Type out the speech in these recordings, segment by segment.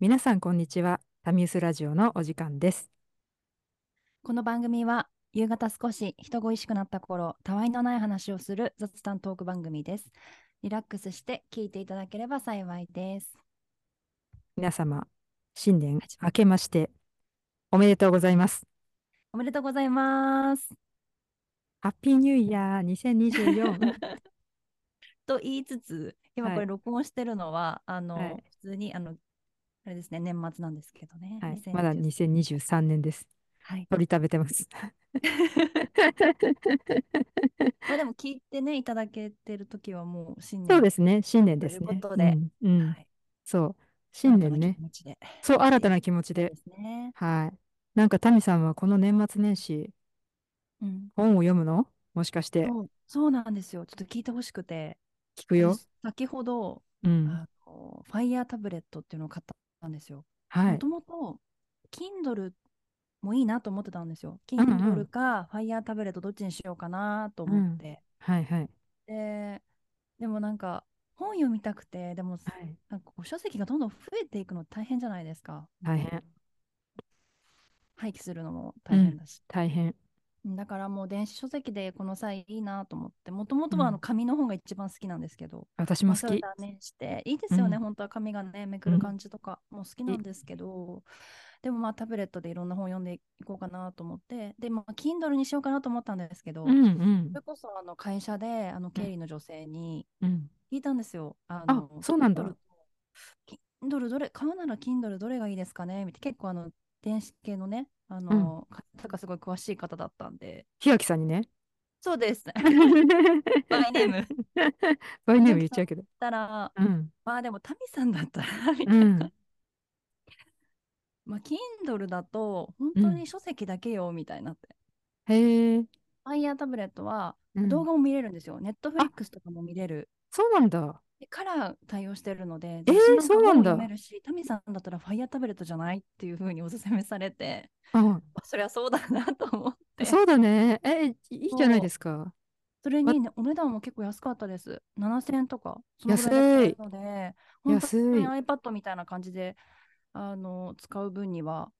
皆さん、こんにちは。タミウスラジオのお時間です。この番組は夕方少し人恋しくなった頃たわいのない話をする雑談トーク番組ですリラックスして聞いていただければ幸いです皆様、新年明けまして、おめでとうございます。おめでとうございますハッピーニューイ ヤー2024。と言いつつ今はいこれ録音してるのは、あの、はい普通にあのあれですね年末なんですけどね、はい2020まだ2023年です。はい鳥食べてます。まあでも聞いてねいただけてる時はもう新年そうですね、新年ですね。ということでうんうんはいそう、新年新たなね気。持ちでそう、新たな気持ちでで。すね、はい。なんか、タミさんはこの年末年始、うん、本を読むのもしかして、そうそうなんですよちょっと聞いてほしくて聞くよ私。先ほどうん。あのファイヤータブレットっていうのを買ったんですよ。はもいと。もと Kindle もいいなと思ってたんですよ。んうん Kindle かファイヤータブレットどっちにしようかなと思って。はいはい。で、でもなんか本読みたくて、ではもい。なんかこう書籍がどんどん増えていくの大変じゃないですか。大変。廃棄するのも大変だし。大変。だからもう電子書籍でこの際いいなと思って、もともとはあうんの紙の本が一番好きなんですけど、私もまあ好そうき。だねしていいですよね、うん本当は紙がねめくうるん感じとかも好きなんですけど、でもまあタブレットでいろんな本読んでいこうかなと思ってでまあ Kindle にしようかなと思ったんですけど、うんうそんれこそあの会社であの経理の女性にうん。聞いたんですよ、ああのそうなんだ Kindle と Kindle どれ買うなら Kindle どれがいいですかねみたいな結構あの電子系のねあの、方がすごい詳しい方だったんで日垣さんに ね。そう ですババイネー ムバイネーム言っちゃうけど。たらうん。まあでもタミさんだったらみたういな、ん。まあ、Kindle だと本うん当に書籍だけよみたいになって。へえ。 Fire タブレットはうん動画も見れるんですよ。Netflix とかも見れる。そうなんだ。でカラー対応してるので、えー雑誌なんかそうなんだも読めるし、タミさんだったら Fire タブレットじゃないっていうふうにおすすめされて、 あまあそりゃそうだなと思って。そうだね。え、いいじゃないですか。それにね、お値段も結構安かったです。7000円とか、そのぐ安いらいだったので、本安当にい iPad みたいな感じであの使う分には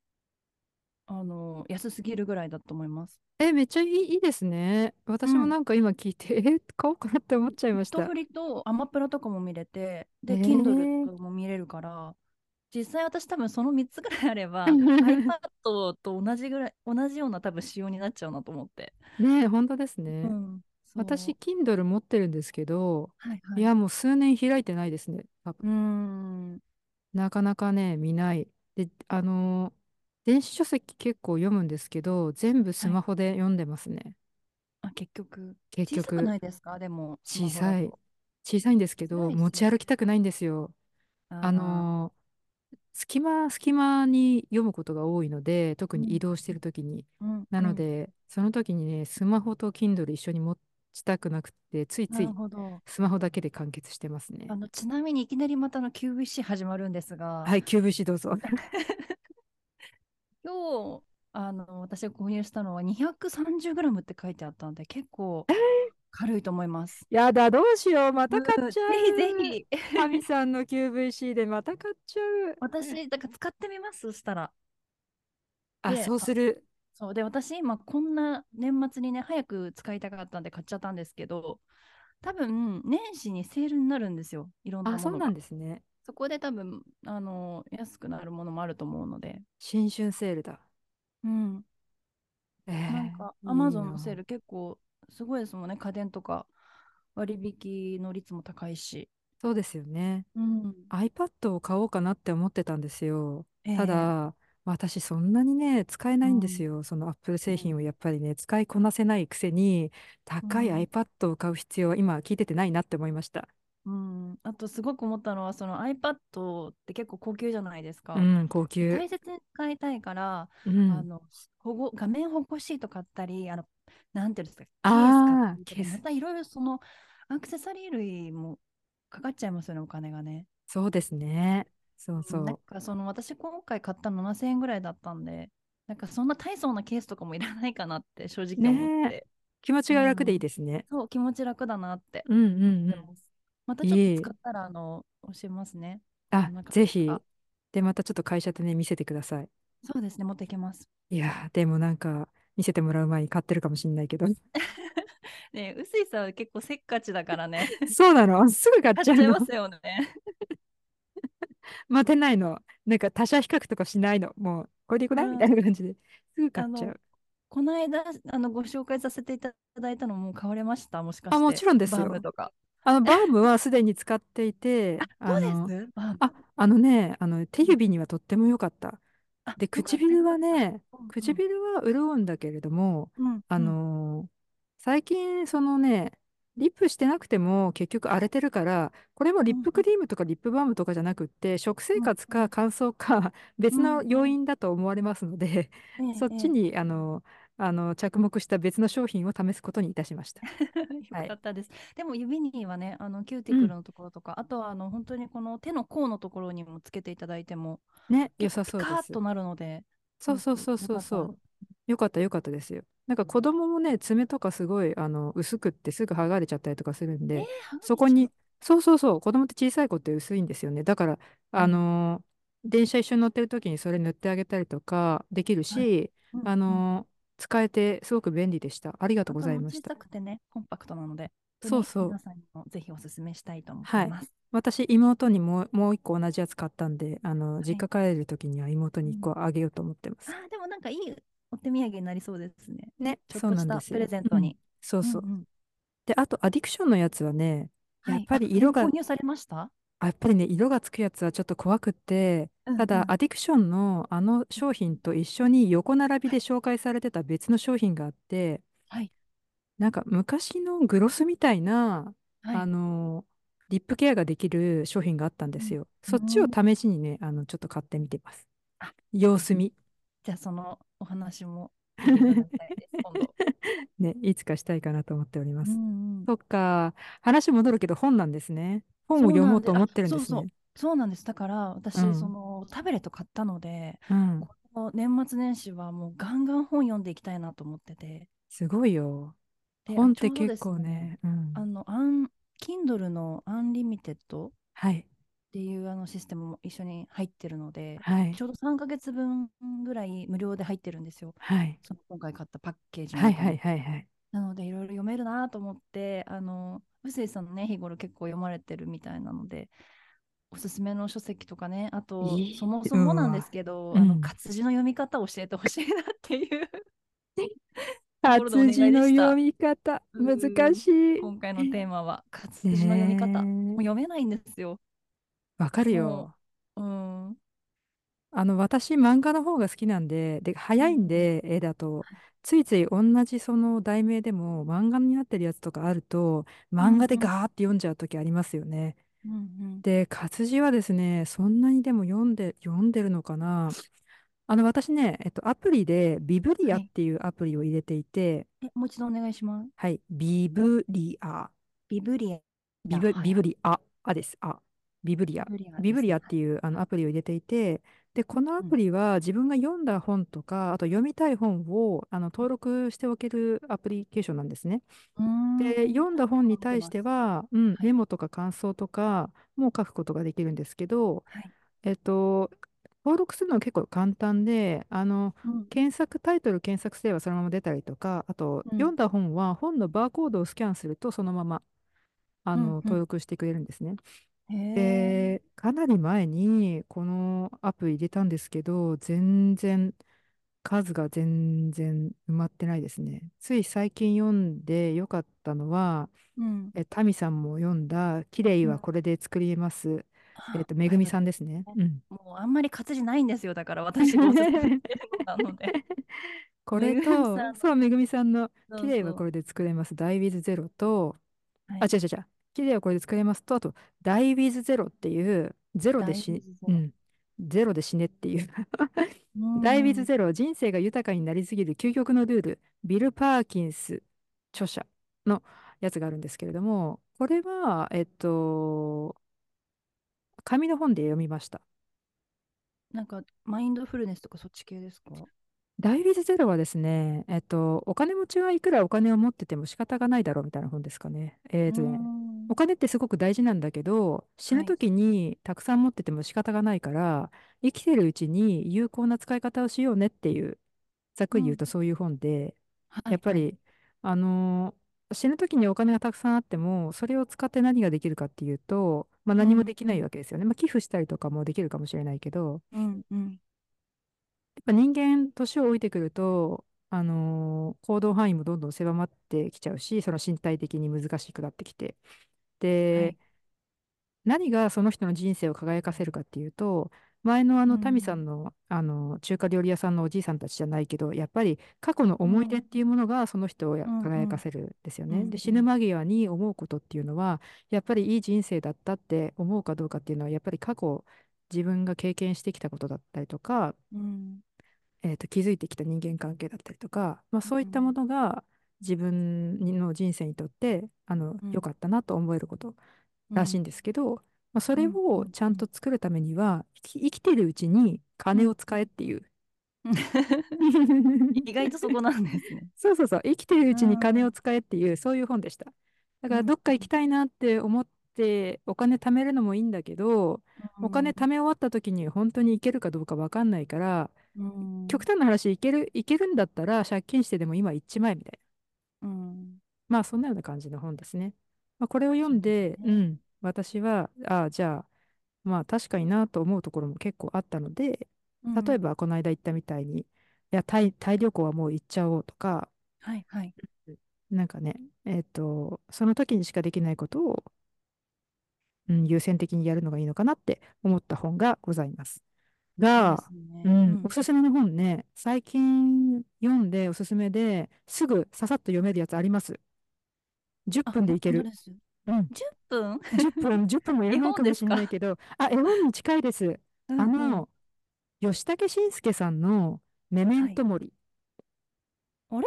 あの安すぎるぐらいだと思います。え、めっちゃいいいいですね。私もうんなんか今聞いて、え、買おうかなって思っちゃいまし一た振。りとアマプラとかも見れて、で、えー Kindle とかも見れるから、実際私多分その3つぐらいあ れば、iPad と同じぐらい、同じような多分仕様になっちゃうなと思って。ねえ、本当ですうね。ん、そう私、Kindle 持ってるんですけど、はいはいい。や、もう数年開いてないですね。多分うーん、なかなかね、見ない。で、あのー電子書籍結構読むんですけど、全部スはいマホで読んでますね。あ、結局、結小さく局、ないですかでも、ス小マホださいと。、小さいんですけ少など、いです持ち歩きね。たくないんですよ。あーのー隙間、隙間に読むことが多いので、特うに移ん動してる時に。うんなうのん、で、その時にね、スマホと Kindle 一緒に持ちたくなくて、ついなつるいほど。スマホだけで完結してますあね。の、ちなみにいきなりまたあの QVC 始まるんですが、はい、QVC どう ぞ。今日あの私が購入したのは 230g って書いてあったので結構軽いと思います。やだ、どうしよう、また買うんっちゃぜう。ひぜひ神さんの QVC でまた買っちゃう。私だから使ってみますそしたら。あ、でそうする。そうで私今こんな年末にね早く使いたかったんで買っちゃったんですけど多分年始にセールになるんですよいろんなあ、もそうのなが。んですね。そこで多分あの安くなるものもあると思うので。新春セールだ。うんえなんーか、いアいマゾンのセーな。ル結構すごいですもんね。家電とか割引の率も高いし。そうですよね。うん iPad を買おうかなって思ってたんですよ。えたえだ、私そんなにね、使えうないんですん。よ。その Apple 製品うをやっぱりね、使いこなせないくせに、高いん。 iPad を買う必要は今聞いててないなって思いました。うん。あと、すごく思ったのは、その iPad って結構高級じゃないですうか。ん、高で級。大切に使いたいから、うあん。の、保護、画面保護シート買ったり、あの、なんていうんですか、ケース買っあたあ、りとケか、ーまス。たいろいろその、アクセサリー類もかかっちゃいますよね、お金がね。そうですね。そううんなんそかその私今回買ったの7000円ぐらいだったんで、なんかそんな大層なケースとかもいらないかなって正う。直思っねえ。て、気持ちうが楽でいいん、ですね。そう気持ち楽だなってうんう思っんうてん。ます。またちょっといい。使ったらあの教えますね。ああ、のなんかぜあひ。で、またちょっと会社でね、見せてください。そうですね、持ってきます。いやー、でもなんか、見せてもらう前に買ってるかもしんないけど。 ねえ、臼井さんは結構せっかちだから ね。そうなのすぐ買っ買っちゃうちゃいのますよね。待てないの。なんか他社比較とかしないの。もう、これでいくないうんみたいな感じで。すぐ買っあちゃのう。この間あのご紹介させていただいたのもう買われましたもしかしてあ、もちろんですバーよム。とかあの、バーム はすでに使っていて、どうあですの、バームあ、あのね、あの、手指にはとっても良かった。あで、よかった唇はね、うんうん唇は潤うんだけれども、うんあうんのー最近、そのね、リップしてなくても結局荒れてるから、これもリップクリームとかリップバームとかじゃなくって、食生活か乾燥か別の要因だと思われますので、ええそっちに、あの、あの、着目した別の商品を試すことにいたしました。え えはいよかったです、でも指にはねあのキューティクルのところとか、あとはあの本当にこの手の甲のところにもつけていただいてもね、良結さ構そうでピカすッ。となるのでそうそうそうそうそう。よかったよかったですよ。なんか子供もね、爪とかすごい、あの、薄くってすぐ剥がれちゃったりとかするんで、そこに、そうそうそう、子供って小さい子って薄いんですよね。だから、あのー電車一緒に乗ってる時にそれ塗ってあげたりとかできるし、あのー使えてすごく便利でした。ありがとうございまし小たさ。くてねコンパクトなのでそうそう本当に皆さんにもぜひおすすめしたいと思っています、私、妹にもう、もう一個同じやつ買ったんで、あの、い実家帰る時には妹に一個あげようと思ってます。あーでもなんかいいお手土産になりそうですね。ね、ちょっそうとなしんたですよ。プレゼントうんに。そうそう。んんで、あと、アディクションのやつはね、やっはいぱり色が購入されましたあやっぱりね、色がつくやつはちょっと怖くって、ただ、アディクションのあの商品と一緒に横並びで紹介されてた別の商品があって、はいなんか昔のグロスみたいな、うんうんあはい、の、リップケアができる商品があったんですよ。うそんっちを試しにね、あの、ちょっと買ってみてますあ。様子見。じゃあそのお話も聞いていただきたいです今 度。ね、いつかしたいかなと思っておりまうす。んうんそっか、話戻るけど本なんですね。本をそう読なんもうでとあ思ってるんそうですそうね。そうなんです。だから私、うんそのタブレット買ったので、うん、この年末年始はもうガンガン本読んでいきたいなと思ってて。すごいよ。で本っちてょうどで結す構ね、うん、あの、アン、Kindle のアンリミテッドっはい、ていうあのシステムも一緒に入ってるので、はいち、ょうど3ヶ月分ぐらい無料で入ってるんですよ。はい、その今回買ったパッケージのは中い、にはい、はい、はい。なのでいろいろ読めるなと思って、あの、臼井さんね、日頃結構読まれてるみたいなので、おすすめの書籍とかね、あと、いいそもそもなんですけど、あうんの活字の読み方を教えてほしいなっていう、ところでお活願いでし字たの読み方、難しい。今回のテーマは、活字の読み方。もうねえ読めないんですよ。わかるもよ。うん。あの、私、漫画の方が好きなんで、で、早いんで、絵だと。ついつい同じその題名でも漫画になってるやつとかあると、漫画でうんうんガーって読んじゃう時ありますよね。うんうんで、活字はですね、そんなにでも読んで、読んでるのかな。あの、私ね、えっと、アプリで、ビブリアっていうアプリを入れていて、えもう一度お願いします。はい、ビブリア、ビブリア。ビはブ、いはいビブリア、あです、あ、ビブリア。ビブリアですビブリアっはていうあのアプリを入れていて、で、このアプリは自分が読んだ本とか、あと読みたい本をあの登録しておけるアプリケーションなんですね。うーんで、読んだ本に対して、は、うん、いメモとか感想とかも書くことができるんですけど、はいえっと、登録するのは結構簡単で、あの、うん検索タイトル検索すればそのまま出たりとか、あと、うん読んだ本は本のバーコードをスキャンするとそのまま、あうんうんの、登録してくれるんですね。へーで、かなり前にこのアプリ入れたんですけど、全然、数が全然埋まってないですね。つい最近読んでよかったのは、うんえ、タミさんも読んだ、綺麗うはんこれで作ります。えっと、あめぐみさあんですね。うん。のもうあんまり活字ないんですよ、だから私がおすすめしてるのなので。これめぐみさんのと、そう、めぐみさんの、そう綺麗はそうこれで作れます。ダイウィズゼロと、はいあ、違う違う違う。綺麗はこれで作れますと、あと、ダイウィズゼロっていう、ゼロで死ね Die with zero うん。ゼロで死ねっていう。うんダイビズゼロ、人生が豊かになりすぎる究極のルール、ビル・パーキンス著者のやつがあるんですけれども、これは、えっと、紙の本で読みました。なんかマインドフルネスとかそっち系ですかダイビズゼロはですね、えっと、お金持ちはいくらお金を持ってても仕方がないだろうみたいな本ですかね。えっとうーね、んお金ってすごく大事なんだけど、死ぬはい。時にたくさん持ってても仕方がないから、生きてるうちに有効な使い方をしようねっていう、ざっう。くり言うんとそういう本で、はやっいぱはい。り、あのー死ぬ時にお金がたくさんあっても、それを使って何ができるかっていうと、まあ、う何もんできないわけですよね。まあ、寄付したりとかもできるかもしれないけど、うんうん。やっぱ人間、年を老いてくると、あのー行動範囲もどんどん狭まってきちゃうし、その身体的に難しくなってきて。はで、い。何がその人の人生を輝かせるかっていうと、前のあうのタミさんんの、あの中華料理屋さんのおじいさんたちじゃないけど、やっぱり過去のう思い出っんていうものがその人をやうんう輝かんせるんですようね。で、んう死ぬん間際に思うことっていうのは、やっぱりいい人生だったって思うかどうかっていうのは、やっぱり過去自分が経験してきたことだったりとか、うんえーと、気づいてきた人間関係だったりとか、まあ、そういったものが自分の人生にとってあのう良んかったなと思えることうらしいんんですけど、まあ、そうれんうをんちゃうんんと作るためには生き、生きてるうちにう金をん使えっていう。うん 意外とそこなんですね。 そうそうそう、生きてるううちに金をん使えっていう、そういう本でした。だうからどんっか行きたいなって思ってお金貯めるのもいいんだけど、う お金ん貯め終わった時に本当に行けるかどうか分かんないから、う極ん端な話、いける、いけるんだったら借金してでも今行っちまえみたいな。うんまあそんなような感じの本ですね。まあ、これを読そうんですで、うね。ん、私は、ああ、じゃあ、まあ確かになと思うところも結構あったので、う例えんばこの間言ったみたいに、いや、タイ、タイ旅行はもう行っちゃおうとか、はいはい。なんかね、えっと、その時にしかできないことを、うん、優先的にやるのがいいのかなって思った本がございます。そうでが、すう、ね。うんおんすすめの本ね、最近読んでおすすめで、すぐささっと読めるやつあります。10あ、分でい本け当る。です。うん。 10分10分、10分もやら絵ない本かもでしすれないかけど、あ、絵本に近いです。うあんうん。の、吉武慎介さんのメメンはい。トモリ。あれ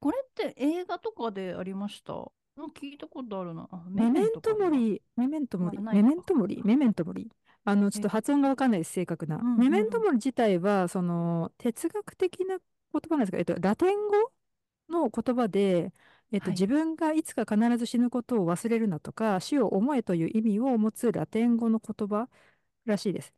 これって映画とかでありました。もう聞いたことあるな。あ、メメメメンントトかモな。リ、メメントモまだリ、なメいメンか。トモリ、メメントモリ。あの、ちょっえ、と発音がわかんないです、正確な。うんメうメントん。モリ自体は、その、哲学的な言葉なんですか、えっと、ラテン語の言葉で、えっと、は自い。分がいつか必ず死ぬことを忘れるなとか、死を思えという意味を持つラテン語の言葉らしいです。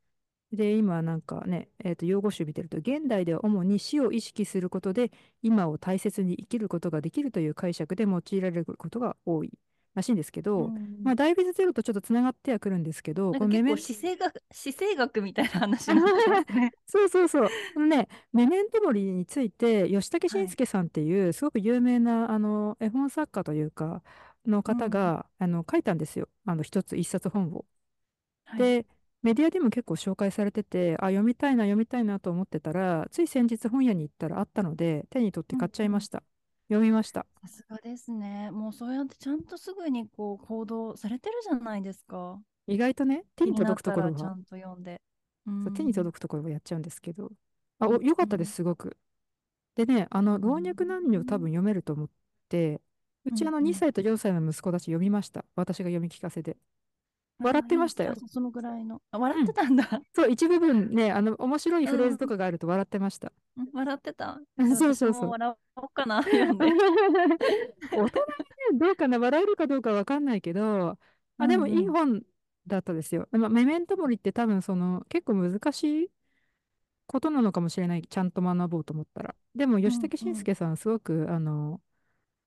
で、今なんかね、えっと、用語集見てると、現代では主に死を意識することで、今を大切に生きることができるという解釈で用いられることが多いらしいんですけうど、まあ、ん。ダイビズゼロとちょっとつながってはくるんですけど、なんこかのメ結メ構ン、死生 学、死生学みたいな話あにはなってまはすね。 そうそうそう。このね、メメントモリについて、吉武は慎い。介さんっていう、すごく有名な、あの、絵本作家というか、のう方ん。が、あの、書いたんですよ。あの、一つ、一冊本を。はい。で、メディアでも結構紹介されてて、あ、読みたいな、読みたいなと思ってたら、つい先日本屋に行ったらあったので、手に取ってう買っんちゃういまん。した。読みました。さすがですね。もうそうやってちゃんとすぐにこう行動されてるじゃないですか。意外とね、手に気に届なくっとたころらちは、ゃんと読んで。うそう、手にん。届くところはやっちゃうんですけど、あ、うお、んよかうったです、ん。すごく。でね、あの、う老若男女多分ん読めると思って、ううちあんのうん。 2歳と4歳の息子たち読みました。私が読み聞かせで。笑あっあ、ていまい。したあ、よ。そそのぐらいの。あ、笑うってん。たんだ。そう、一部分ね、あの、面白いうフレーズとん。かがあると笑ってました。うん笑ってた。じゃあそう私そうそもう。笑おうかな、読ん で。 大人にね、どうかな、笑えるかどうかわかんないけど、うあ、でもいんういん。本だったですよ。まあ、メメントモリって多分その、結構難しいことなのかもしれない。ちゃんと学ぼうと思ったら。でも、う吉ん武う慎ん。介さん、すごく、あの、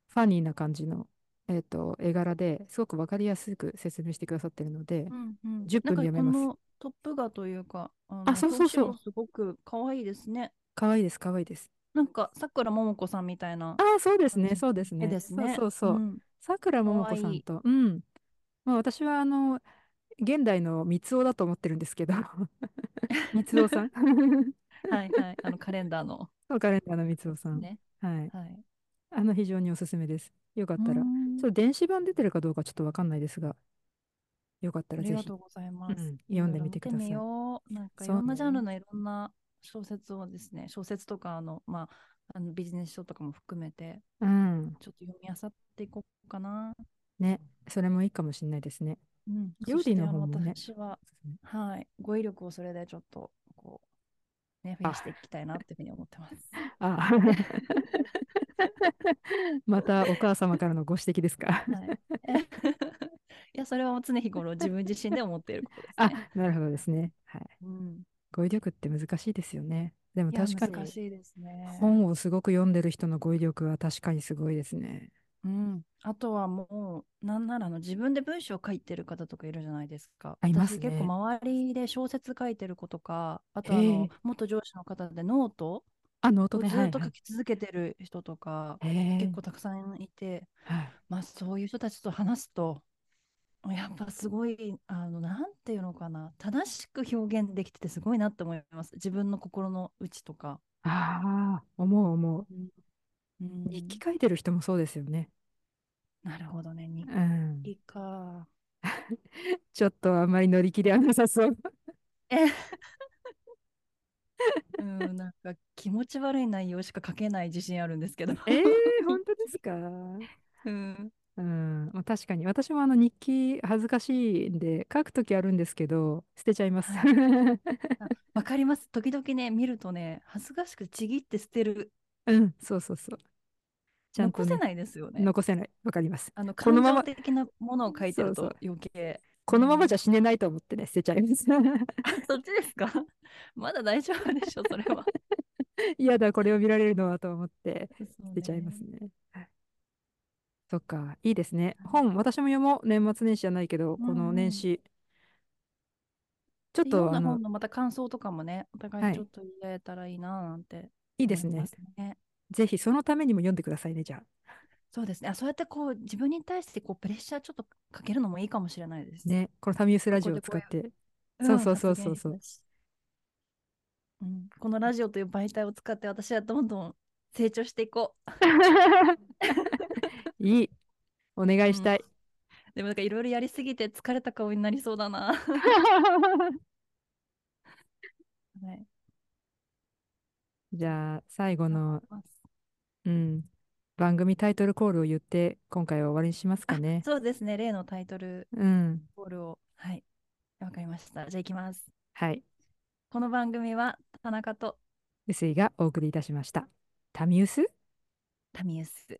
ファニーな感じの、えっと、絵柄ですごくわかりやすく説明してくださってるので、うんう10ん。なん分でか読めこます。のトップ画というか、ああ、の、そうそう表そ紙もう。すごく可愛いですね。かわいいです、かわいいです。なんか、さくらももこさんみたいなああ、そうです感ね、じそうでのす絵ね。ですそうね。そううそう。ん。さくらも可もこ愛さんい。と、うん。まあ、私は、あの、現代の三つ男だと思ってるんですけど、 三つ男さん はいはい。あの、カレンダーのそう、カレンダーの三つ男さん。ね。はい。はい。あの、非常におすすめです。よかっうーたら。ちょっとん。電子版出てるかどうかちょっとわかんないですが、よかったあらりぜがひ、とうございうます。ん、い読んろいでろみ見てくてだみさい。よう。なんかいそろうんなジャンルね。のいろんな小説をですね、小説とかあの、まあ、あのビジネス書とかも含めて、うん。ちょっと読み漁っていこうかな。ね、それもいいかもしれないですね。うん。そ料し理て、のあの、本もね。私は、はい、語彙力をそれでちょっと、こう、ね、増やしていあ、きたいなっていうふうに思ってます。あ、 またお母様からのご指摘ですか。はい。いや、それは常日頃自分自身で思っていることです、ね。あ、なるほどですね。はい。うん、語彙力って難しいですよね。でもいや、確か難にしいですね。本をすごく読んでる人の語彙力は確かにすごいですね。うん、あとはもう、なんならあの自分で文章書いてる方とかいるじゃないですか。あ、いま私す結構ね。周りで小説書いてる子とか、あとあえのえ。元上司の方でノートあ、ノートをね。ずはっいとは書い。き続けてる人とかえ結え。構たくさんいて、はい。まあそういう人たちと話すと、やっぱすごい、あの、なんていうのかな、正しく表現できててすごいなって思います。自分の心の内とか。ああ、思う思う。うんう日記ん、書いてる人もそうですよね。なるほどね、日うん。記か。ちょっとあんまり乗り気ではなさそう。え、うん、なんか気持ち悪い内容しか書けない自信あるんですけど。 ええ、日本当です記かうん、うん、まあ、確かに。私もあの日記恥ずかしいんで、書くときあるんですけど、捨てちゃいます。はい。あ、わかります。時々ね、見るとね、恥ずかしくちぎって捨てる。 うん、そうそうそう。ちゃん残とせね、ないですよね。残せない。わかります。あの、この感ま情ま、的なものを書いてそるうそう。と余計。こうのままじん。ゃ死ねないと思ってね、捨てちゃいます。 あ、そっちですか まだ大丈夫でしょ、それは。嫌だ、これを見られるのはと思って、そう捨てちゃいますね。ね。はいそっか、いいですね。はい本、私も読もう。年末年始じゃないけど、うこのん年うん。始。ちょっで、読とんあだの、本のまた感想とかもね、お互いはちょい、っと言い合えたらいいななんていいで思すいまね。すね。ぜひ、そのためにも読んでくださいね、じゃあ。そうですね。あ、そうやってこう、自分に対してこう、プレッシャーちょっとかけるのもいいかもしれないです。ね、このタミウスこラジオこをで使こって。ういう、そううん、そうそ発うそう言しそう。たし、うん、このラジオという媒体を使って私はどんどん成長していこう。 いい。お願ういしん、たい。でもなんかいろいろやりすぎて疲れた顔になりそうだな。はい、 じゃあ、最後頑張の、ります。うん、番組タイトルコールを言って、今回は終わりにしますかあ、ね。そうですね。例のタイトルうん。コールを。はい。わかりました。じゃあ行きます。はい。この番組は田中と臼井がお送りいたしました。タミウスタミウス。